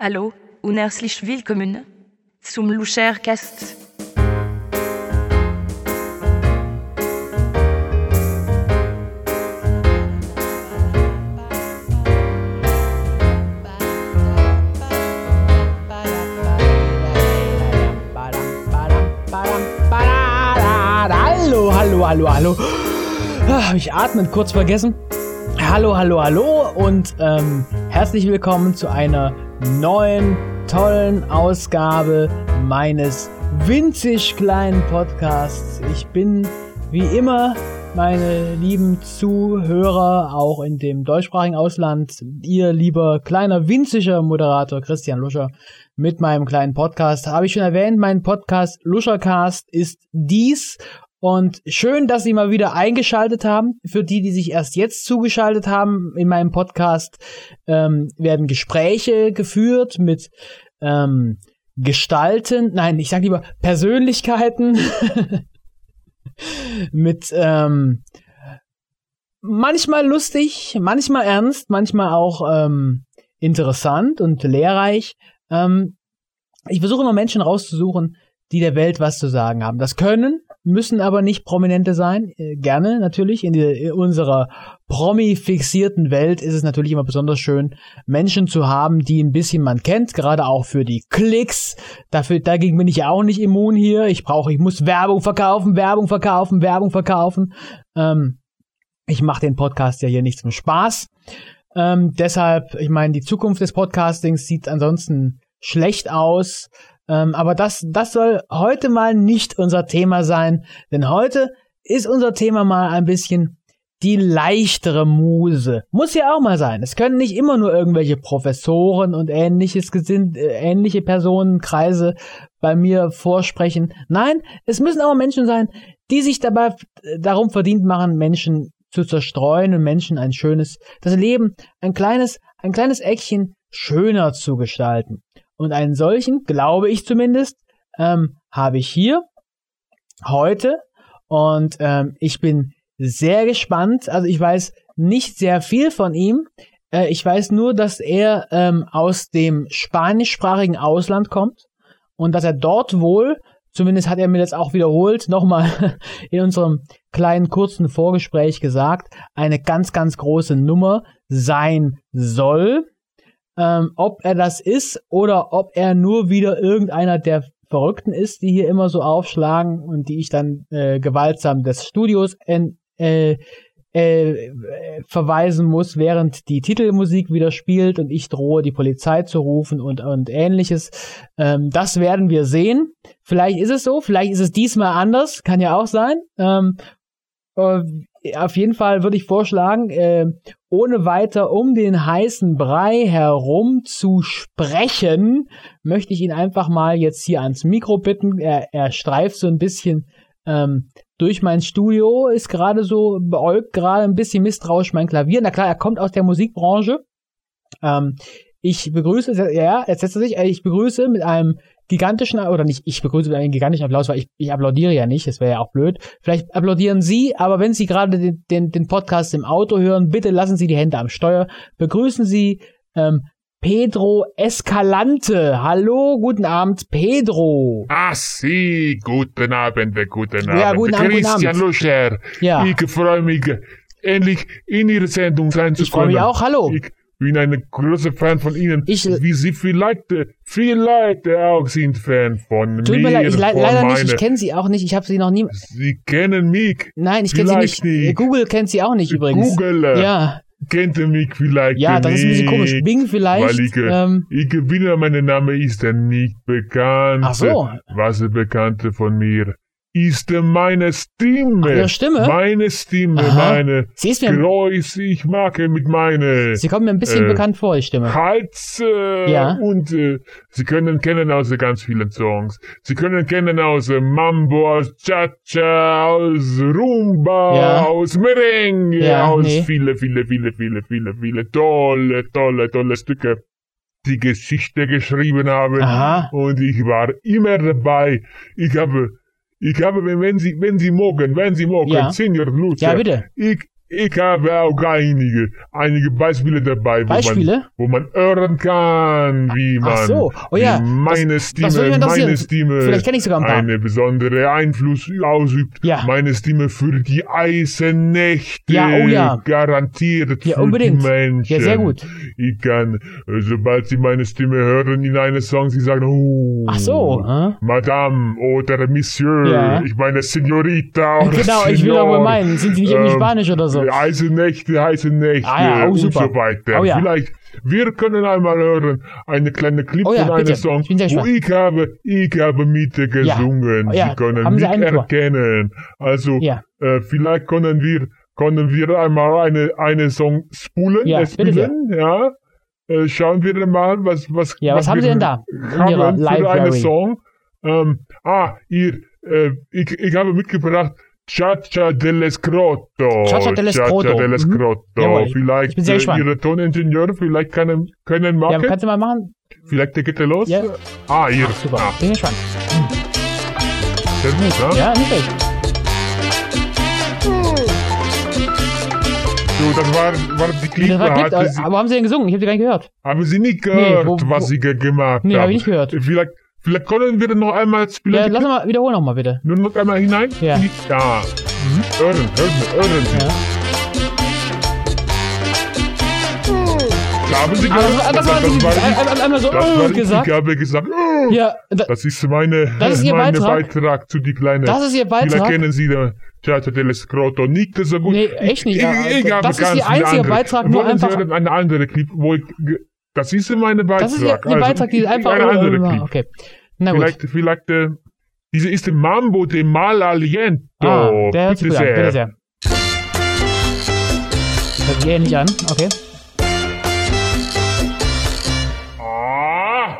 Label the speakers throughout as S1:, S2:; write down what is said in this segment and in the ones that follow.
S1: Hallo und herzlich willkommen zum Luchercast.
S2: Hallo, hallo, hallo, hallo. Ah, Hab ich atmen kurz vergessen. Hallo, hallo, hallo und ähm, herzlich willkommen zu einer neuen tollen Ausgabe meines winzig kleinen Podcasts. Ich bin wie immer meine lieben Zuhörer auch in dem deutschsprachigen Ausland, ihr lieber kleiner winziger Moderator Christian Luscher mit meinem kleinen Podcast. Habe ich schon erwähnt, mein Podcast Luschercast ist dies und schön, dass Sie mal wieder eingeschaltet haben. Für die, die sich erst jetzt zugeschaltet haben, in meinem Podcast ähm, werden Gespräche geführt mit ähm, Gestalten, nein, ich sag lieber Persönlichkeiten, mit ähm, manchmal lustig, manchmal ernst, manchmal auch ähm, interessant und lehrreich. Ähm, ich versuche immer Menschen rauszusuchen, die der Welt was zu sagen haben. Das können, müssen aber nicht prominente sein. Äh, Gerne natürlich. In, die, in unserer promi-fixierten Welt ist es natürlich immer besonders schön, Menschen zu haben, die ein bisschen man kennt, gerade auch für die Klicks. Dafür, dagegen bin ich ja auch nicht immun hier. Ich brauche, ich muss Werbung verkaufen, Werbung verkaufen, Werbung verkaufen. Ähm, ich mache den Podcast ja hier nicht zum Spaß. Ähm, deshalb, ich meine, die Zukunft des Podcastings sieht ansonsten schlecht aus. Ähm, aber das, das soll heute mal nicht unser Thema sein, denn heute ist unser Thema mal ein bisschen die leichtere Muse. Muss ja auch mal sein. Es können nicht immer nur irgendwelche Professoren und ähnliches gesinnt, äh, ähnliche Personenkreise bei mir vorsprechen. Nein, es müssen auch Menschen sein, die sich dabei äh, darum verdient machen, Menschen zu zerstreuen und Menschen ein schönes, das Leben ein kleines, ein kleines Eckchen schöner zu gestalten. Und einen solchen, glaube ich zumindest, ähm, habe ich hier heute. Und ähm, ich bin sehr gespannt. Also ich weiß nicht sehr viel von ihm. Äh, ich weiß nur, dass er ähm, aus dem spanischsprachigen Ausland kommt und dass er dort wohl, zumindest hat er mir das auch wiederholt, nochmal in unserem kleinen kurzen Vorgespräch gesagt, eine ganz, ganz große Nummer sein soll ähm, ob er das ist oder ob er nur wieder irgendeiner der Verrückten ist, die hier immer so aufschlagen und die ich dann äh, gewaltsam des Studios en, äh, äh, verweisen muss, während die Titelmusik wieder spielt und ich drohe, die Polizei zu rufen und, und ähnliches. Ähm, das werden wir sehen. Vielleicht ist es so, vielleicht ist es diesmal anders, kann ja auch sein. Ähm, äh, auf jeden Fall würde ich vorschlagen, äh, ohne weiter um den heißen Brei herum zu sprechen, möchte ich ihn einfach mal jetzt hier ans Mikro bitten. Er, er streift so ein bisschen ähm, durch mein Studio, ist gerade so, beäugt gerade ein bisschen misstrauisch mein Klavier. Na klar, er kommt aus der Musikbranche. Ähm, ich begrüße, ja, jetzt setzt er sich, äh, ich begrüße mit einem gigantischen, oder nicht, ich begrüße mit einem gigantischen Applaus, weil ich, ich applaudiere ja nicht, das wäre ja auch blöd. Vielleicht applaudieren Sie, aber wenn Sie gerade den, den, den Podcast im Auto hören, bitte lassen Sie die Hände am Steuer. Begrüßen Sie ähm, Pedro Escalante. Hallo, guten Abend, Pedro.
S3: Ah, sí, guten Abend,
S2: guten
S3: guten Abend.
S2: Abend, guten
S3: Christian
S2: Abend.
S3: Luscher.
S2: Ja.
S3: Ich freue mich, endlich in Ihre Sendung sein zu
S2: Ich freue mich
S3: können.
S2: auch, hallo.
S3: Ich bin ein großer Fan von Ihnen,
S2: Ich-
S3: wie Sie vielleicht, äh, vielleicht auch sind Fan von
S2: Tut
S3: mir.
S2: mir leid, ich le
S3: von
S2: leider nicht,
S3: meiner-
S2: ich kenne Sie auch nicht, ich habe Sie noch nie.
S3: Sie kennen mich.
S2: Nein, ich kenne Sie nicht. Äh,
S3: Vielleicht nicht.
S2: Google kennt Sie auch nicht übrigens.
S3: Google äh,
S2: Ja,
S3: kennt mich vielleicht
S2: ja, das ist ein bisschen
S3: nicht,
S2: komisch. Bing vielleicht.
S3: Weil ich, äh,
S2: ähm,
S3: ich bin ja, mein Name ist ja nicht bekannt.
S2: Ach so.
S3: Was ist Bekannte von mir? Ist äh, meine Stimme.
S2: Ach, Ihre Stimme?
S3: Meine Stimme,
S2: Aha.
S3: meine
S2: Sie ist mir
S3: Kreuz, ich mache mit meine
S2: Sie kommen mir ein bisschen
S3: Äh,
S2: bekannt vor, die Stimme.
S3: Hals äh,
S2: Ja.
S3: und äh, Sie können kennen aus äh, ganz vielen Songs. Sie können kennen aus äh, Mambo, aus Cha-Cha, aus Rumba,
S2: Ja.
S3: aus Merengue,
S2: Ja,
S3: aus
S2: nee.
S3: viele, viele, viele, viele, viele, viele tolle, tolle, tolle Stücke, die Geschichte geschrieben haben.
S2: Aha.
S3: Und ich war immer dabei. Ich habe, ich habe, wenn Sie, wenn Sie mogen, wenn Sie mogen,
S2: Ja.
S3: Senior Luther,
S2: Ja, bitte.
S3: ich, Ich habe auch einige, einige Beispiele dabei, wo
S2: Beispiele?
S3: man, wo man hören kann, wie man,
S2: Ach so. Oh ja.
S3: wie meine
S2: Das- das
S3: Stimme,
S2: würde mich interessieren.
S3: meine Stimme,
S2: Vielleicht kenne ich sogar ein paar.
S3: eine besondere Einfluss ausübt.
S2: Ja.
S3: Meine Stimme für die Eisennächte
S2: Ja, oh ja.
S3: garantiert
S2: Ja,
S3: für
S2: unbedingt.
S3: die Menschen.
S2: Ja, sehr gut.
S3: Ich kann, äh, sobald sie meine Stimme hören in einem Song, sie sagen, oh,
S2: Ach so, äh.
S3: Madame oder Monsieur,
S2: Ja.
S3: ich meine Senorita oder
S2: Genau, ich will
S3: Senor.
S2: auch mal meinen. Sind sie nicht irgendwie
S3: Ähm,
S2: Spanisch oder so?
S3: Heiße Nächte, heiße Nächte
S2: Also- Ah ja, oh,
S3: und
S2: super.
S3: so weiter.
S2: Oh ja.
S3: Vielleicht, wir können einmal hören, eine kleine Clip
S2: Oh ja,
S3: von einem
S2: bitte.
S3: Song,
S2: Ich bin sehr
S3: wo ich habe, ich habe mit dir gesungen.
S2: Ja,
S3: Sie können
S2: haben
S3: mich
S2: Sie einen Chor?
S3: erkennen. Also,
S2: Ja.
S3: äh, vielleicht können wir, können wir einmal eine, eine Song spulen,
S2: Ja,
S3: äh,
S2: bitte sehr.
S3: spielen, ja. Äh, Schauen wir mal, was, was,
S2: Ja, was haben
S3: wir
S2: Sie denn da in
S3: Haben
S2: Ihrer
S3: für
S2: Library?
S3: einen Song. Ähm, ah, ihr, äh, ich, ich habe mitgebracht Chacha dell'Escroto.
S2: Cha-Cha dell'Escroto.
S3: Chacha dell'Escroto.
S2: Mhm. Jawohl. Ich
S3: Vielleicht
S2: bin sehr
S3: äh,
S2: gespannt.
S3: Ihre Toningenieur, vielleicht können, können
S2: Ja,
S3: machen.
S2: kannst du mal machen?
S3: vielleicht geht er los.
S2: Ja.
S3: Ah, ihr.
S2: Super,
S3: Ah,
S2: bin gespannt.
S3: sehr gut, ne?
S2: Ja, nicht schlecht.
S3: So, das war, war die Klippe.
S2: Das war Glück,
S3: hatte sie,
S2: aber haben sie denn gesungen? Ich habe sie gar nicht gehört.
S3: haben Sie nicht gehört,
S2: wo- wo-
S3: was Sie ge- gemacht
S2: Nee,
S3: haben?
S2: hab ich nicht gehört.
S3: Vielleicht, vielleicht können wir noch einmal spielen.
S2: Ja,
S3: die
S2: lass mal, wiederholen noch mal bitte.
S3: Nur noch einmal hinein?
S2: Ja.
S3: Ja. Mhm. Irren, irren, irren.
S2: Ja.
S3: Da haben Sie
S2: Aber
S3: gehört,
S2: das, war- das war
S3: das
S2: dieses, ein,
S3: war,
S2: ein, ein- einmal so
S3: das
S2: äh,
S3: war
S2: gesagt.
S3: Ich habe gesagt, oh,
S2: Ja, da,
S3: das ist meine,
S2: Das ist Ihr
S3: meine
S2: Beitrag?
S3: Beitrag? zu die kleine.
S2: Das ist Ihr Beitrag?
S3: Vielleicht kennen Sie den Theater del Escroto nicht so gut.
S2: Nee, echt nicht,
S3: Ich,
S2: aber
S3: ich, ich habe
S2: das ist
S3: ganz
S2: Ihr
S3: viele
S2: einziger
S3: andere.
S2: Beitrag, nur
S3: Wollen Sie
S2: einfach-
S3: hören eine andere Clip, wo ich, ge- das ist meine Beitrag.
S2: das ist ihr, ihr
S3: Also,
S2: Beitrag, die
S3: ich-
S2: einfach.
S3: eine andere Clip.
S2: okay. Na gut.
S3: Vielleicht, vielleicht, äh, diese ist Mambo de Malaliento.
S2: Ah, der hört sich
S3: Bitte
S2: gut an.
S3: sehr.
S2: Bitte sehr. Hört sich ähnlich an. Okay.
S3: Ah,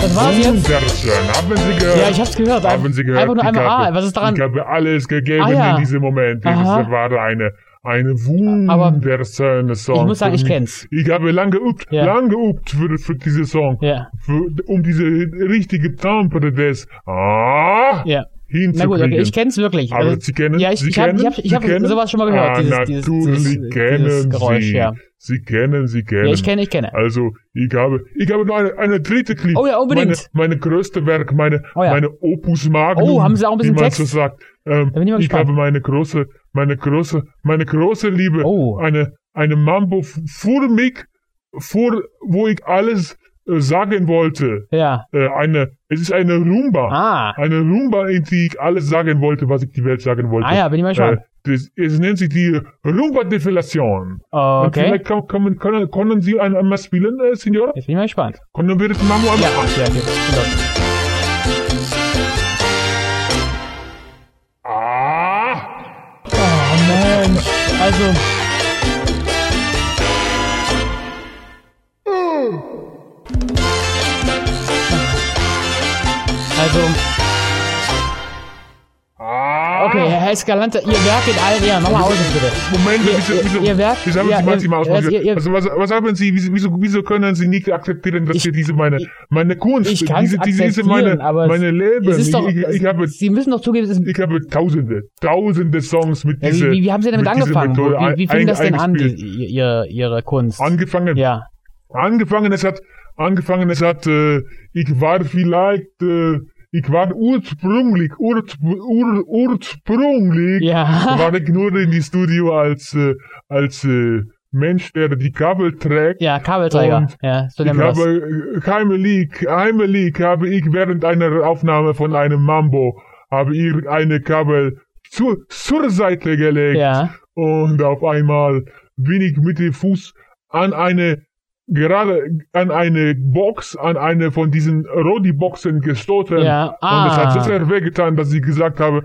S2: Das war's jetzt.
S3: wunderschön. Haben Sie gehört?
S2: Ja, ich hab's gehört.
S3: Haben Sie gehört?
S2: Einfach nur
S3: Ich
S2: einmal.
S3: habe-
S2: Ah, was ist daran?
S3: Ich habe alles gegeben
S2: Ah, ja.
S3: in diesem Moment.
S2: Aha.
S3: Das war eine, eine wunderschöne Song.
S2: ich muss sagen,
S3: für
S2: ich
S3: mich.
S2: kenn's.
S3: Ich habe lange geübt,
S2: Ja.
S3: lange geübt für, für diesen Song.
S2: Ja.
S3: Für, um diese richtige Tampere des Ah
S2: Ja.
S3: hinzukriegen.
S2: Na gut, okay, ich kenn's wirklich. Also,
S3: Aber Sie kennen,
S2: ja, ich,
S3: Sie
S2: ich habe
S3: kennen,
S2: ich hab, ich
S3: Sie
S2: hab
S3: kennen?
S2: sowas schon mal gehört,
S3: Ah,
S2: dieses, dieses,
S3: natürlich
S2: dieses,
S3: kennen
S2: dieses Geräusch,
S3: Sie.
S2: ja.
S3: Sie kennen, Sie kennen.
S2: Ja, ich kenne, ich kenne.
S3: Also, ich habe, ich habe noch eine, eine dritte Clip.
S2: Oh ja, unbedingt.
S3: Meine, meine größte Werk, meine,
S2: Oh ja.
S3: meine Opus Magnum.
S2: Oh, haben Sie auch ein bisschen
S3: wie man
S2: Text?
S3: so sagt. Ähm,
S2: bin ich mal
S3: ich
S2: gespannt.
S3: habe meine große, meine große, meine große Liebe.
S2: Oh.
S3: Eine, eine Mambo f- vor mich, vor, wo ich alles äh, sagen wollte.
S2: Ja.
S3: Äh, eine, es ist eine Rumba.
S2: Ah,
S3: Eine Rumba, in die ich alles sagen wollte, was ich die Welt sagen wollte.
S2: Ah ja, bin ich mal gespannt.
S3: Äh, das, es nennt sich die Rumba-Defilation. Und
S2: okay.
S3: Äh, vielleicht kann, kann, können, können Sie ein- einmal spielen, äh, Signor?
S2: Jetzt bin ich mal gespannt.
S3: Können wir das Mambo
S2: Ja,
S3: einmal
S2: ja, okay. Bin dort.
S3: Ah!
S2: Oh Mensch. Also, also,
S3: Ah!
S2: okay, Herr Escalante, Ihr Werk in allen Ehren. Nochmal aus, bitte.
S3: Moment,
S2: Ihr-
S3: wieso,
S2: Ihr-
S3: wieso,
S2: Ihr Werk-
S3: wieso haben
S2: ja,
S3: Sie manchmal
S2: Ihr-
S3: ausmachen?
S2: Ihr- Ihr-
S3: also, was, was haben Sie, wieso, wieso, wieso können Sie nicht akzeptieren, dass
S2: Ich-
S3: wir diese meine, meine Kunst,
S2: Ich kann's
S3: diese, diese, diese
S2: akzeptieren,
S3: meine,
S2: aber es-
S3: meine Leben,
S2: Es ist
S3: ich,
S2: doch,
S3: ich, ich habe
S2: Sie müssen doch zugeben, es ist
S3: Ich habe tausende, tausende Songs mit
S2: Ja,
S3: dieser
S2: wie, wie, wie haben Sie damit
S3: mit dieser
S2: angefangen?
S3: Methode
S2: Wie, wie fing
S3: ein-
S2: das denn an, die,
S3: eingespielt.
S2: i- ihre, ihre Kunst?
S3: Angefangen,
S2: ja.
S3: angefangen, es hat, angefangen, es hat, äh, ich war vielleicht, äh, ich war ursprünglich, urspr- ur, ursprünglich,
S2: Ja.
S3: war ich nur in die Studio als, äh, als äh, Mensch, der die Kabel trägt.
S2: ja, Kabelträger.
S3: Und
S2: Ja, so
S3: Ich
S2: nennen wir das.
S3: habe heimelig, heimelig habe ich während einer Aufnahme von einem Mambo, habe ich eine Kabel zur, zur Seite gelegt.
S2: Ja.
S3: und auf einmal bin ich mit dem Fuß an eine gerade an eine Box, an eine von diesen Rodi-Boxen gestoßen.
S2: Ja,
S3: ähm, Und es hat
S2: ah.
S3: so sehr wehgetan, dass ich gesagt habe,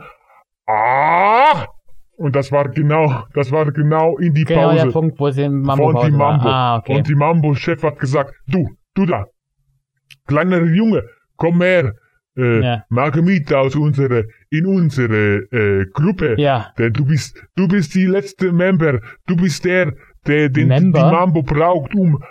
S3: ah! Und das war genau, das war genau in die
S2: Genau
S3: Pause
S2: der Punkt, wo sie den Mambo
S3: von
S2: bauten.
S3: die Mambo.
S2: Ah, okay.
S3: Und die Mambo-Chef hat gesagt, du, du da, kleiner Junge, komm her, äh,
S2: Ja.
S3: mach mit aus unsere, in unsere äh, Gruppe.
S2: Ja.
S3: Denn du bist, du bist die letzte Member. Du bist der, der den
S2: Member?
S3: die Mambo braucht, um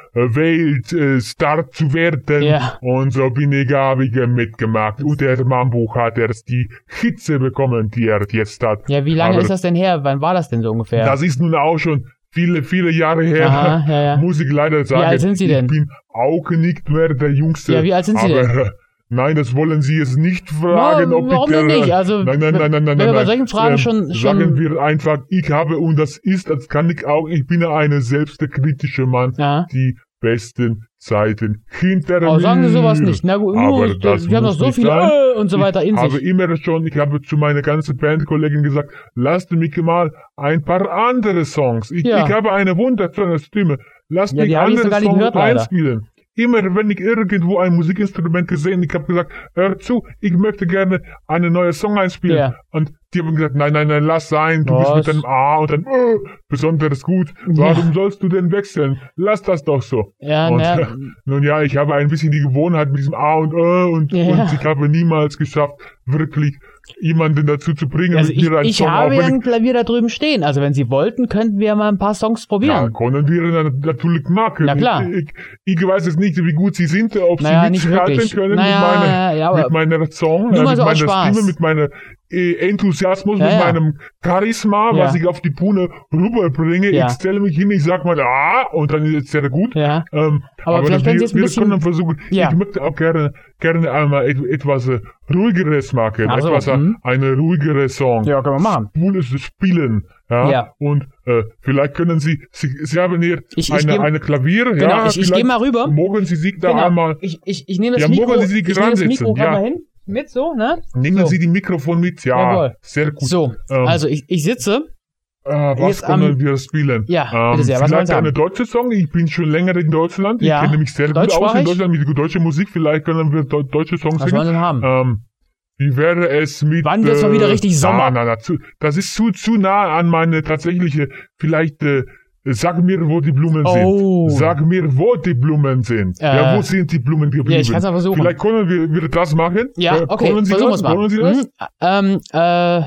S3: Weltstar zu werden.
S2: Ja.
S3: Und so bin ich habe ich äh, mitgemacht. Und der Mambo hat erst die Hitze bekommen, die er jetzt hat.
S2: Ja, wie lange
S3: Aber
S2: ist das denn her? Wann war das denn so ungefähr?
S3: Das ist nun auch schon viele, viele Jahre her.
S2: Aha, ja, ja.
S3: Muss ich leider sagen.
S2: alt sind Sie denn?
S3: Ich bin auch nicht mehr der Jüngste.
S2: Ja, wie alt sind Sie
S3: aber,
S2: denn?
S3: äh, Nein, das wollen Sie es nicht fragen,
S2: Wa-
S3: ob
S2: warum
S3: ich der,
S2: denn nicht? Also,
S3: nein, nein, nein, nein,
S2: wenn
S3: nein,
S2: wir
S3: nein, Ähm,
S2: bei solchen Fragen schon- schon-
S3: Sagen wir einfach, ich habe und das ist, das kann ich auch, ich bin eine selbstkritische Mann,
S2: Ja.
S3: die besten Zeiten hinter
S2: Oh,
S3: mir.
S2: sagen Sie sowas nicht. Na gut,
S3: Aber
S2: uh,
S3: das
S2: wir haben noch
S3: muss
S2: so
S3: nicht
S2: viel
S3: sein.
S2: äh und so weiter in
S3: ich habe
S2: sich.
S3: immer schon, ich habe zu meiner ganzen Bandkollegin gesagt, lasst mich mal ein paar andere Songs. Ich,
S2: Ja.
S3: ich habe eine wunderschöne Stimme. Lasst
S2: Ja, die
S3: mich
S2: habe ich jetzt noch gar
S3: andere
S2: nicht
S3: Songs
S2: gehört, leider.
S3: einspielen. Immer wenn ich irgendwo ein Musikinstrument gesehen, ich habe gesagt, hör zu, ich möchte gerne einen neuen Song einspielen.
S2: Ja.
S3: Und die haben gesagt, nein, nein, nein, lass sein, du
S2: Was?
S3: bist mit einem A und einem Ö besonders gut. Warum sollst du denn wechseln? Lass das doch so.
S2: Ja,
S3: und,
S2: na,
S3: nun ja, ich habe ein bisschen die Gewohnheit mit diesem A und Ö und,
S2: Ja.
S3: und ich habe niemals geschafft, wirklich jemanden dazu zu bringen,
S2: also
S3: mit
S2: ich,
S3: mir einen
S2: ich
S3: Song
S2: habe ja
S3: aufwendig-
S2: ein Klavier da drüben stehen. Also wenn Sie wollten, könnten wir mal ein paar Songs
S3: ja,
S2: probieren.
S3: können wir dann natürlich machen.
S2: Na klar.
S3: Ich, ich, ich weiß es nicht, wie gut sie sind, ob
S2: Naja,
S3: sie
S2: nicht
S3: mithalten
S2: wirklich.
S3: können
S2: Naja,
S3: mit, meiner,
S2: ja, aber-
S3: mit meiner Song,
S2: Nur
S3: äh,
S2: mal
S3: mit
S2: so
S3: meiner
S2: aus Spaß.
S3: Stimme, mit meiner äh, Enthusiasmus,
S2: Ja,
S3: mit
S2: ja.
S3: meinem Charisma,
S2: Ja.
S3: was ich auf die Bühne rüberbringe.
S2: Ja.
S3: Ich stelle mich hin, ich sag mal, ah, und dann ist es sehr gut.
S2: Ja.
S3: Ähm,
S2: Aber
S3: aber
S2: vielleicht können
S3: wir,
S2: Sie jetzt ein
S3: wir
S2: bisschen-
S3: können versuchen,
S2: Ja.
S3: ich möchte auch gerne, gerne einmal et, etwas äh, ruhigeres machen,
S2: Ach so,
S3: etwas äh,
S2: mhm.
S3: eine ruhigere Song.
S2: Ja, können wir machen.
S3: Cooles Spielen. Ja,
S2: Ja.
S3: und äh, vielleicht können Sie, Sie, Sie haben hier
S2: Ich- ich
S3: eine,
S2: geh-
S3: eine Klavier,
S2: Genau,
S3: ja,
S2: ich, ich
S3: vielleicht
S2: gehe mal Genau. rüber.
S3: Mogen Sie sich da einmal,
S2: Ich, ich, ich nehme das
S3: Ja,
S2: Mikro,
S3: Moritz, Sie
S2: ich nehme das
S3: dran
S2: Mikro
S3: sitzen,
S2: gerade
S3: ja.
S2: mal hin. Mit so, ne?
S3: nehmen
S2: So.
S3: Sie die Mikrofon mit, ja,
S2: Jawohl.
S3: sehr gut.
S2: So,
S3: Ähm,
S2: also ich, ich sitze.
S3: äh, was
S2: jetzt am-
S3: können wir spielen? Ähm,
S2: Ja, bitte sehr, was wollen
S3: vielleicht
S2: Sie haben?
S3: eine deutsche Song, ich bin schon länger in Deutschland,
S2: Ja.
S3: ich kenne mich sehr gut aus
S2: Deutschsprachig?
S3: in Deutschland mit deutscher Musik, vielleicht können wir deu- deutsche Songs
S2: Was
S3: singen.
S2: wollen Sie denn haben?
S3: Ähm, wie wäre es mit.
S2: Wann wird's mal wieder richtig Sommer?
S3: Ah, na, na, zu, das ist zu, zu nah an meine tatsächliche. Vielleicht, äh, sag mir, wo die Blumen
S2: Oh.
S3: sind. Sag mir, wo die Blumen sind.
S2: Äh,
S3: ja, wo sind die Blumen geblieben?
S2: ja, ich kann's mal versuchen.
S3: Vielleicht können wir, wir das machen.
S2: Ja,
S3: Äh,
S2: okay,
S3: Können Sie
S2: versuchen wir's
S3: das?
S2: mal.
S3: Können Sie das?
S2: Hm, ähm, äh,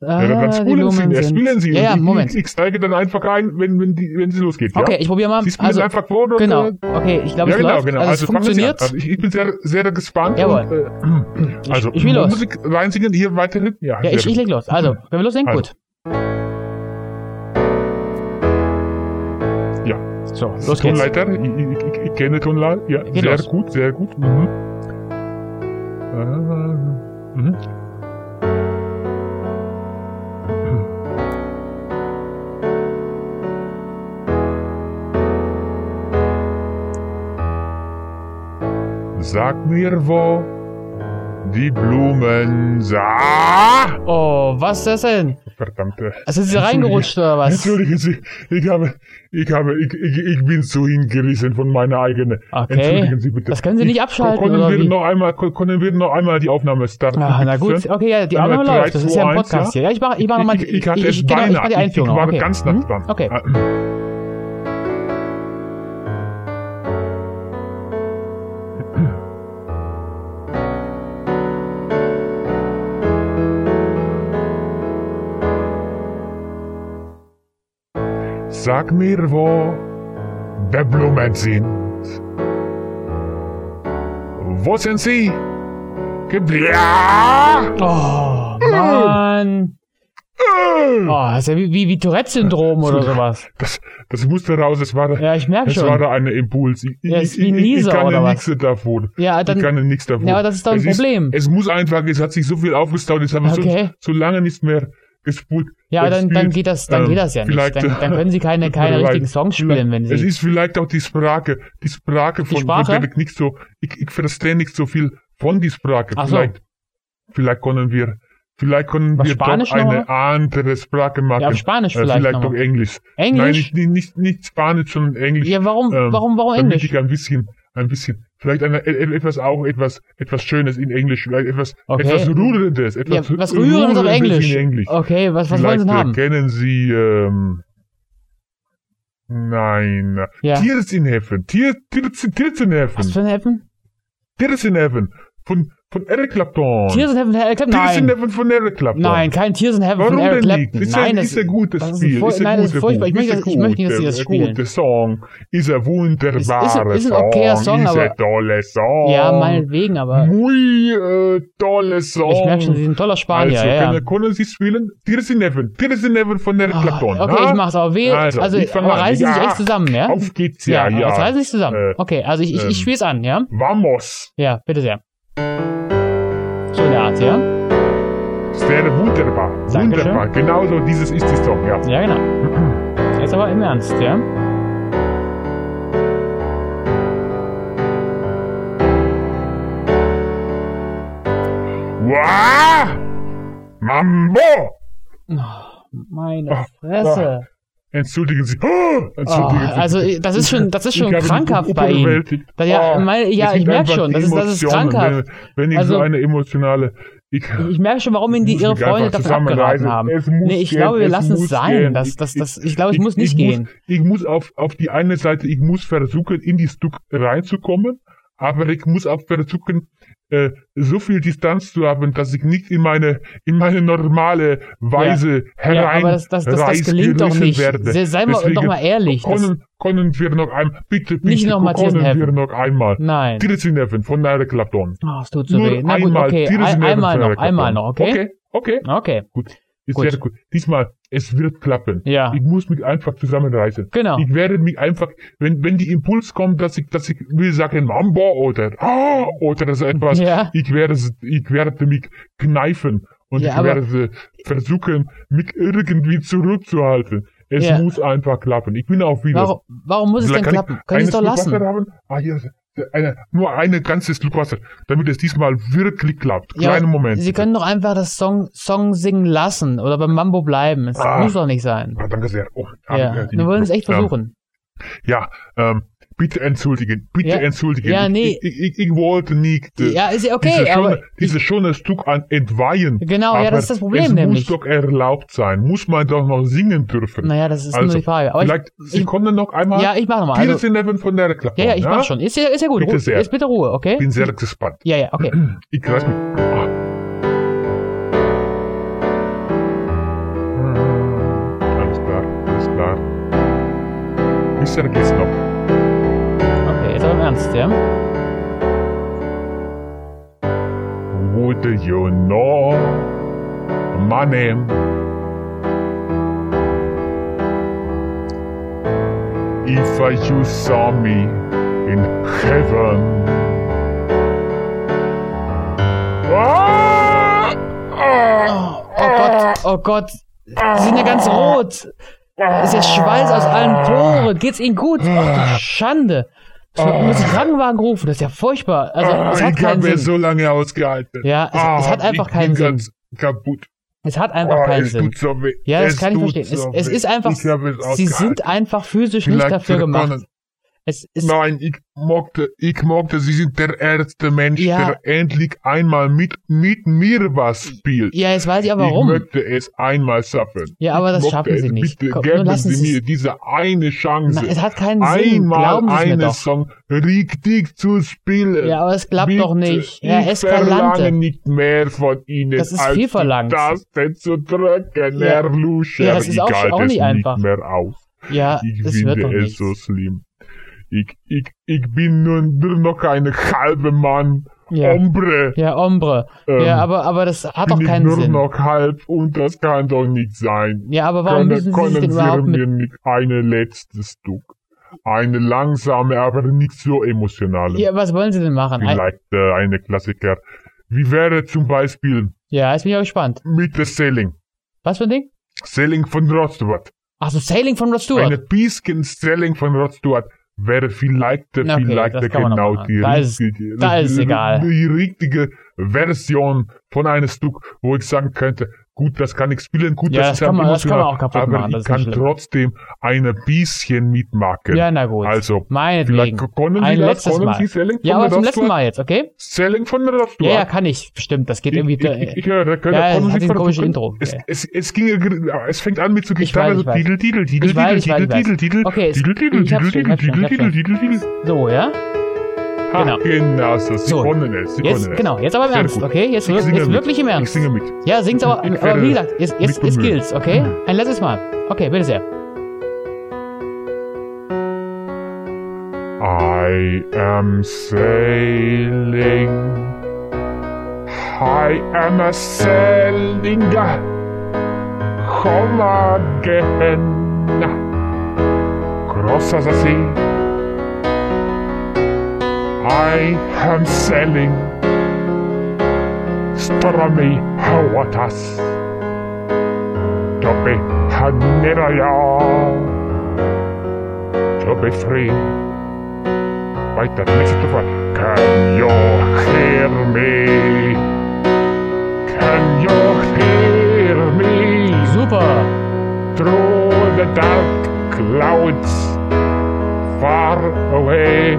S3: Ja,
S2: ah,
S3: dann
S2: die
S3: spielen Sie,
S2: Blumen
S3: ja,
S2: sind-
S3: spielen Sie.
S2: Ja, ja,
S3: ich,
S2: Moment.
S3: Ich, ich steige dann einfach ein, wenn, wenn, die, wenn sie losgeht.
S2: Okay,
S3: ja?
S2: ich probiere mal.
S3: Sie spielen
S2: Also,
S3: einfach vor und,
S2: genau.
S3: äh,
S2: Okay, ich glaube,
S3: ja,
S2: es
S3: genau,
S2: läuft.
S3: genau.
S2: Also, es
S3: fangen Sie an.
S2: funktioniert.
S3: Also ich, ich bin sehr, sehr gespannt.
S2: Jawohl.
S3: Und, äh, also,
S2: ich will los.
S3: Musik reinsingen, hier weiterhin. Ja,
S2: Ja,
S3: sehr
S2: ich, ich leg los. Also, können wir loslegen?
S3: Also.
S2: Gut.
S3: Ja.
S2: So, los geht's.
S3: Tonleiter, ich, ich, ich, ich kenne Tonleiter. Ja,
S2: Geht
S3: sehr
S2: los.
S3: gut, sehr gut. Mhm. Ah, mhm. Sag mir, wo die Blumen Ah! sah.
S2: Oh, was ist das denn?
S3: Verdammte.
S2: Also, sind Sie reingerutscht oder was?
S3: Entschuldigen Sie, ich habe, ich habe, ich, ich, ich bin zu hingerissen von meiner eigenen.
S2: Okay.
S3: Entschuldigen Sie bitte.
S2: Das können Sie nicht
S3: Ich-
S2: abschalten,
S3: Können
S2: oder
S3: wir
S2: wie?
S3: noch einmal, können wir noch einmal die Aufnahme starten?
S2: Ah, na gut,
S3: bitte?
S2: okay, ja, die
S3: Dann
S2: Aufnahme
S3: drei,
S2: läuft. Das ist
S3: zwei,
S2: ja ein
S3: eins,
S2: Podcast hier. Ja, ich mache ich mach
S3: Ich,
S2: nochmal
S3: ich,
S2: die,
S3: ich hatte es
S2: genau,
S3: beinahe.
S2: ich mach die
S3: ich, ich
S2: Einführung.
S3: war
S2: okay.
S3: ganz nah
S2: Hm?
S3: dran.
S2: Okay.
S3: Ah, Sag mir, wo die Blumen sind. Wo sind sie? Gebl ja!
S2: Oh, Mann. Oh,
S3: Äh!
S2: das ist ja wie, wie, wie Tourette-Syndrom oder sowas.
S3: Das, das musste raus, es war,
S2: Ja, ich merke
S3: es
S2: schon.
S3: war da ein Impuls. Ich,
S2: Ja,
S3: ich,
S2: ist wie ein
S3: ich, ich, ich
S2: Nieser
S3: kann
S2: oder was?
S3: nichts davon.
S2: Ja, dann-
S3: ich kann nichts davon.
S2: Ja, aber das ist doch ein
S3: es
S2: Problem.
S3: es muss einfach, es hat sich so viel aufgestaut, es haben
S2: Okay.
S3: okay. so, so lange nicht mehr gespult.
S2: Ja, dann, dann
S3: gespielt.
S2: geht das, dann
S3: Ähm,
S2: geht das ja nicht.
S3: vielleicht,
S2: Dann, dann können Sie keine,
S3: tut mir
S2: keine
S3: leid.
S2: richtigen Songs spielen,
S3: Vielleicht-
S2: wenn
S3: Es
S2: Sie.
S3: ist vielleicht auch die Sprache, die Sprache von,
S2: Sprache?
S3: von der ich nicht so, ich, ich verstehe nicht so viel von die Sprache.
S2: Ach so.
S3: vielleicht, vielleicht können wir, vielleicht können
S2: Was,
S3: wir
S2: Spanisch
S3: doch eine
S2: noch
S3: andere Sprache machen.
S2: Ja, auf Spanisch
S3: Äh,
S2: vielleicht.
S3: vielleicht
S2: noch
S3: doch
S2: mal.
S3: Englisch. Nein,
S2: Englisch?
S3: nicht, nicht, nicht Spanisch, sondern Englisch.
S2: ja, warum,
S3: Ähm,
S2: warum, warum
S3: damit
S2: Englisch?
S3: ich ein bisschen, ein bisschen, vielleicht eine, e- e- etwas auch etwas, etwas Schönes in Englisch, vielleicht etwas,
S2: Okay.
S3: etwas Rührendes, etwas
S2: ja, was rühren auf
S3: Rührendes
S2: Englisch?
S3: in Englisch.
S2: Okay, was, was wollen
S3: vielleicht
S2: Sie denn
S3: äh,
S2: haben?
S3: kennen Sie, ähm, nein,
S2: Ja.
S3: Tears in Heaven, Tears, Tears, Tears in
S2: Was für
S3: Heaven,
S2: ein Heaven?
S3: Tears in Heaven, von, von Eric Clapton.
S2: Tears in Heaven, Eric Clapton?
S3: Tears in
S2: Nein.
S3: Heaven von Eric Clapton.
S2: Nein, kein Tears in Heaven
S3: Warum
S2: von Eric
S3: denn
S2: Clapton.
S3: nicht? Ist
S2: nein,
S3: ein,
S2: das
S3: ist ein gutes
S2: das ist ein
S3: Spiel.
S2: voll-
S3: ist ein
S2: nein, das
S3: guter
S2: ist furchtbar. Ich
S3: Buch.
S2: möchte,
S3: ist
S2: das- ich möchte nicht, dass
S3: guter,
S2: Sie das
S3: ist
S2: spielen.
S3: guter Song. Ist ein wunderbarer
S2: ist ein
S3: Song.
S2: okayer Song,
S3: ist ein
S2: aber-
S3: toller Song.
S2: Ja, meinetwegen, aber
S3: Muy äh, toller Song.
S2: ich merke schon, Sie sind ein toller Spanier.
S3: also,
S2: ja, ja.
S3: Können, können Sie spielen? Tears in Heaven. Tears in Heaven von Eric Clapton.
S2: Ah, okay,
S3: na?
S2: ich mach's aber weh. Also,
S3: Also, ich fang
S2: aber
S3: an.
S2: reißen Sie sich
S3: Ja.
S2: echt zusammen, ja?
S3: Auf geht's, ja, ja.
S2: Jetzt reißen Sie sich zusammen.
S3: Äh,
S2: okay, also ich, ich,
S3: ähm,
S2: ich spiel's an, ja?
S3: Vamos.
S2: Ja, bitte sehr. So in der Art, ja?
S3: Sehr wunderbar.
S2: Dankeschön.
S3: Wunderbar. Genauso dieses ist die Song, ja.
S2: Ja, genau. Jetzt aber im Ernst, ja?
S3: Wow! Mambo!
S2: Meine Fresse.
S3: Entschuldigen Sie. Oh,
S2: Oh,
S3: entschuldigen Sie.
S2: also äh, das ist schon, das ist schon
S3: Ich habe
S2: krankhaft
S3: mich
S2: bei Ihnen.
S3: überwältigt.
S2: Da- ja,
S3: Oh,
S2: mein- ja,
S3: es sind
S2: ich merk
S3: einfach
S2: schon,
S3: die
S2: das ist- das ist
S3: Emotionen, ne?
S2: krankhaft.
S3: Wenn, wenn ich so
S2: Also-
S3: eine emotionale. Ich,
S2: Ich merke schon, warum Ihnen die
S3: Ich
S2: Ihre
S3: muss mich
S2: Freunde
S3: einfach
S2: davon abgeraten
S3: zusammenreißen.
S2: haben.
S3: Es muss
S2: Nee, ich
S3: gehen,
S2: glaube, wir
S3: es
S2: lassen es
S3: muss
S2: sein.
S3: gehen.
S2: Das,
S3: Ich-
S2: das,
S3: ich-
S2: das, ich glaube, es muss nicht
S3: ich
S2: gehen.
S3: Muss, ich muss auf, auf die eine Seite, ich muss versuchen, in die Stück reinzukommen, aber ich muss auch versuchen, äh, so viel Distanz zu haben, dass ich nicht in meine, in meine normale Weise
S2: Ja,
S3: herein
S2: aber das, das, das, das gelingt doch
S3: reingerissen
S2: nicht.
S3: Werde.
S2: Se- Seien wir
S3: Deswegen
S2: doch mal ehrlich. Das,
S3: Können, können wir noch einmal, bitte, bitte,
S2: Nicht noch mal
S3: können
S2: Tiersen
S3: wir
S2: helfen.
S3: noch einmal.
S2: nein.
S3: Tirzineffen von Eric Clapton.
S2: Oh, es tut so
S3: Nur
S2: weh. Na gut,
S3: einmal
S2: okay.
S3: Tiersen
S2: Ein,
S3: helfen
S2: einmal
S3: von
S2: noch,
S3: Eric
S2: einmal
S3: Clapton.
S2: noch, okay?
S3: Okay, okay.
S2: Okay.
S3: Ist
S2: Gut.
S3: sehr gut. Diesmal, es wird klappen.
S2: Ja.
S3: Ich muss mich einfach zusammenreißen.
S2: Genau.
S3: Ich werde mich einfach, wenn, wenn die Impuls kommt, dass ich, dass ich will sagen, Mambo oder, ah, oder so etwas,
S2: Ja.
S3: ich werde, ich werde mich kneifen und
S2: Ja,
S3: ich
S2: aber-
S3: werde versuchen, mich irgendwie zurückzuhalten. Es
S2: Ja.
S3: muss einfach klappen. Ich bin auch wieder.
S2: Warum, warum muss es denn
S3: Vielleicht kann
S2: klappen?
S3: ich
S2: Können Sie
S3: eines
S2: es doch
S3: Schluck
S2: lassen.
S3: Wasser haben? Ah, hier, ist eine, nur eine ganze Schluck Wasser, damit es diesmal wirklich klappt.
S2: Ja,
S3: Kleinen Moment.
S2: Sie
S3: bitte.
S2: können doch einfach das Song, Song singen lassen oder beim Mambo bleiben. Es
S3: Ah.
S2: muss doch nicht sein.
S3: Ah, danke sehr. Oh, ah,
S2: Ja,
S3: äh, die-
S2: wir wollen es echt
S3: ähm,
S2: versuchen.
S3: Ja, ähm, bitte entschuldigen, bitte
S2: Ja.
S3: entschuldigen.
S2: Ja,
S3: Ich-
S2: nee.
S3: Ich, ich, ich wollte nicht. äh,
S2: Ja, ist ja
S3: dieses
S2: okay, aber
S3: schöne, dieses schöne Stück an entweihen.
S2: Genau, ja,
S3: aber
S2: das ist das Problem
S3: es
S2: nämlich.
S3: muss doch erlaubt sein. Muss man doch noch singen dürfen.
S2: naja, das ist nur
S3: also,
S2: die Frage. Aber
S3: Vielleicht, Sie
S2: ich-
S3: kommen noch einmal.
S2: ich, ja, ich mach nochmal.
S3: Vieles
S2: Also,
S3: in Leben von der Klappe.
S2: ja, ja, ich mach schon. Ist ja, ist ja gut.
S3: Bitte
S2: Ruhe.
S3: sehr.
S2: Jetzt bitte Ruhe, okay?
S3: Bin sehr gespannt.
S2: Ja, ja, okay.
S3: Ich weiß nicht. Ah. Alles klar, alles klar. Bisher geht's noch.
S2: Okay, jetzt aber im Ernst, ja?
S3: Would you know my name? If you saw me in heaven. Ah! Ah!
S2: Oh Gott, oh Gott. Sie sind ja
S3: Äh.
S2: ganz rot. Ist ja Schweiß aus allen Poren. Geht's Ihnen gut? Ach,
S3: Äh.
S2: du Schande. Ich muss den Krankenwagen rufen. Das ist ja furchtbar. Also, es
S3: Ah,
S2: hat
S3: Äh. ich
S2: keinen
S3: habe
S2: Sinn.
S3: so lange ausgehalten.
S2: Ja, es- es hat
S3: ich
S2: einfach
S3: bin
S2: keinen Sinn.
S3: ganz Kaputt.
S2: es hat
S3: Ah,
S2: einfach keinen
S3: es
S2: Sinn.
S3: tut so weh.
S2: Ja, das
S3: es
S2: kann ich
S3: tut
S2: verstehen.
S3: So
S2: es, es
S3: weh.
S2: ist einfach,
S3: Ich habe es
S2: sie sind
S3: ausgehalten.
S2: einfach physisch nicht
S3: Vielleicht
S2: dafür
S3: Zirkonen.
S2: gemacht. Es ist,
S3: Nein, ich mochte, ich mochte, sie sind der erste Mensch,
S2: Ja.
S3: der endlich einmal mit, mit mir was spielt.
S2: ja, jetzt weiß ich aber
S3: Ich
S2: warum.
S3: möchte es einmal schaffen.
S2: Ja, aber
S3: Ich
S2: das
S3: mochte
S2: schaffen
S3: es.
S2: sie nicht.
S3: Bitte
S2: Komm, nur
S3: geben
S2: lassen
S3: Sie
S2: Sie
S3: mir
S2: es-
S3: diese eine Chance.
S2: Na, es hat keinen Sinn.
S3: einmal
S2: Glauben Sie es mir
S3: einen
S2: doch.
S3: Song richtig zu spielen.
S2: Ja, aber es klappt
S3: Bitte,
S2: doch nicht. Ja,
S3: ich verlange
S2: Eskalante.
S3: nicht mehr von Ihnen,
S2: Das ist
S3: als
S2: viel
S3: die
S2: verlangt.
S3: Taste zu drücken,
S2: Ja.
S3: Herr Luscher.
S2: Ja, das ist
S3: ich
S2: auch-
S3: halte
S2: auch
S3: es
S2: nicht einfach.
S3: mehr auf.
S2: Ja,
S3: Ich
S2: das wird doch
S3: finde es
S2: nichts.
S3: so schlimm. Ich, ich, ich bin nur, nur noch ein halber Mann.
S2: Ja.
S3: Hombre.
S2: Ja, Ombre.
S3: Ähm,
S2: ja, aber, aber das hat doch
S3: bin
S2: keinen
S3: ich nur
S2: Sinn.
S3: noch halb und das kann doch nicht sein.
S2: Ja, aber warum müssen Sie sich
S3: können
S2: denn überhaupt
S3: wir
S2: mit...
S3: mir nicht ein letztes Stück. Eine langsame, aber nicht so emotionale.
S2: Ja, was wollen Sie denn machen? Ein,
S3: Vielleicht äh, eine Klassiker. Wie wäre zum Beispiel
S2: ja, jetzt bin ich auch gespannt.
S3: mit der Sailing?
S2: Was für ein Ding?
S3: Sailing von Rod Stewart.
S2: Ach so, Sailing von Rod Stewart.
S3: Eine Peacekin Sailing von Rod Stewart wäre vielleicht,
S2: Na okay,
S3: vielleicht
S2: das kann man noch
S3: genau
S2: machen.
S3: die
S2: Da ist-
S3: richtige,
S2: da ist
S3: die,
S2: egal.
S3: die richtige Version von einem Stück, wo ich sagen könnte, gut, das kann ich spielen, gut,
S2: Ja,
S3: das,
S2: das
S3: ist ein
S2: kann man- das kann man
S3: emotional,
S2: auch kaputt
S3: aber
S2: machen, das
S3: ich
S2: ist nicht
S3: kann
S2: schlimm.
S3: trotzdem ein bisschen mitmachen.
S2: Ja, na gut.
S3: Also, vielleicht
S2: Meinetwegen.
S3: können Sie
S2: Ein
S3: das,
S2: letztes
S3: können
S2: Mal.
S3: Sie Sailing
S2: Ja,
S3: von
S2: aber
S3: Rod
S2: zum letzten
S3: Stewart-
S2: Mal jetzt, okay?
S3: Sailing von Rod Stewart.
S2: Ja, ja, kann ich. Stimmt, das geht
S3: Ich,
S2: irgendwie.
S3: ich, ich, ich höre, da können,
S2: Ja,
S3: kommen
S2: das hat
S3: Sie
S2: ein komisches
S3: verrückt.
S2: Intro.
S3: Es,
S2: Ja.
S3: es, es ging, ja- es fängt an mit so
S2: Ich
S3: Gitarre,
S2: weiß, ich
S3: so
S2: weiß.
S3: Titel, Titel, Titel,
S2: Ich weiß,
S3: Titel,
S2: ich weiß,
S3: Titel,
S2: ich weiß.
S3: Titel, Titel,
S2: Okay, es-
S3: Titel, Titel,
S2: ich hab's
S3: Titel,
S2: schon, ich hab's schon,
S3: Titel,
S2: ich hab's
S3: Titel, Titel, Titel.
S2: so, ja?
S3: Ha,
S2: Genau.
S3: genau so. Sie
S2: So.
S3: konnten es. Sie
S2: Jetzt,
S3: konnten es.
S2: genau, jetzt aber im
S3: ne. Sehr
S2: Ernst,
S3: gut.
S2: okay? Jetzt,
S3: Ich
S2: wir-
S3: singe
S2: jetzt
S3: mit.
S2: wirklich im
S3: Ich
S2: Ernst.
S3: singe mit.
S2: Ja, sing's aber,
S3: Ich Mhm.
S2: aber
S3: werde
S2: wie gesagt, jetzt,
S3: mich
S2: jetzt, jetzt
S3: bemühen.
S2: gilt's, okay? Ein letztes Mal. Okay, bitte sehr.
S3: I am sailing. I am a sailing. Home again. Cross as a sea. I am sailing. Stormy waters. To be near you. To be free weiter, nächste Stufe. Can you hear me? Can you hear me?
S2: Super.
S3: Through the dark clouds, far away.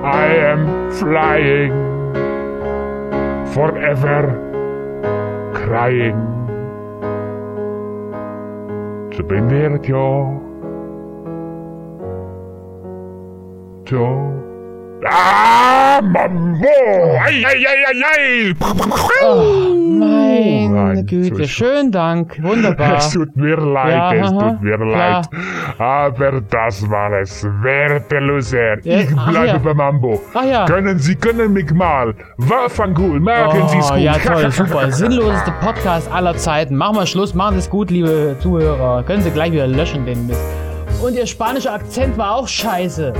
S3: I am flying, forever crying. To be near you. To. Ah, Mambo! Ei, ei, ei, ei, ei!
S2: Oh, Meine
S3: Nein,
S2: Güte,
S3: Entschuldigung.
S2: schönen Dank. Wunderbar.
S3: Es tut mir leid,
S2: Ja,
S3: es
S2: aha,
S3: tut mir
S2: klar.
S3: leid. Aber das war es. Werte Loser,
S2: Ja,
S3: ich
S2: ach
S3: bleibe
S2: ja.
S3: bei Mambo.
S2: Ach ja.
S3: Können Sie, können mich mal. War von cool, merken Sie es
S2: Oh,
S3: gut.
S2: ja, toll, super. Sinnloseste Podcast aller Zeiten. Machen wir Schluss, machen Sie es gut, liebe Zuhörer. Können Sie gleich wieder löschen, den Mist. Und Ihr spanischer Akzent war auch scheiße.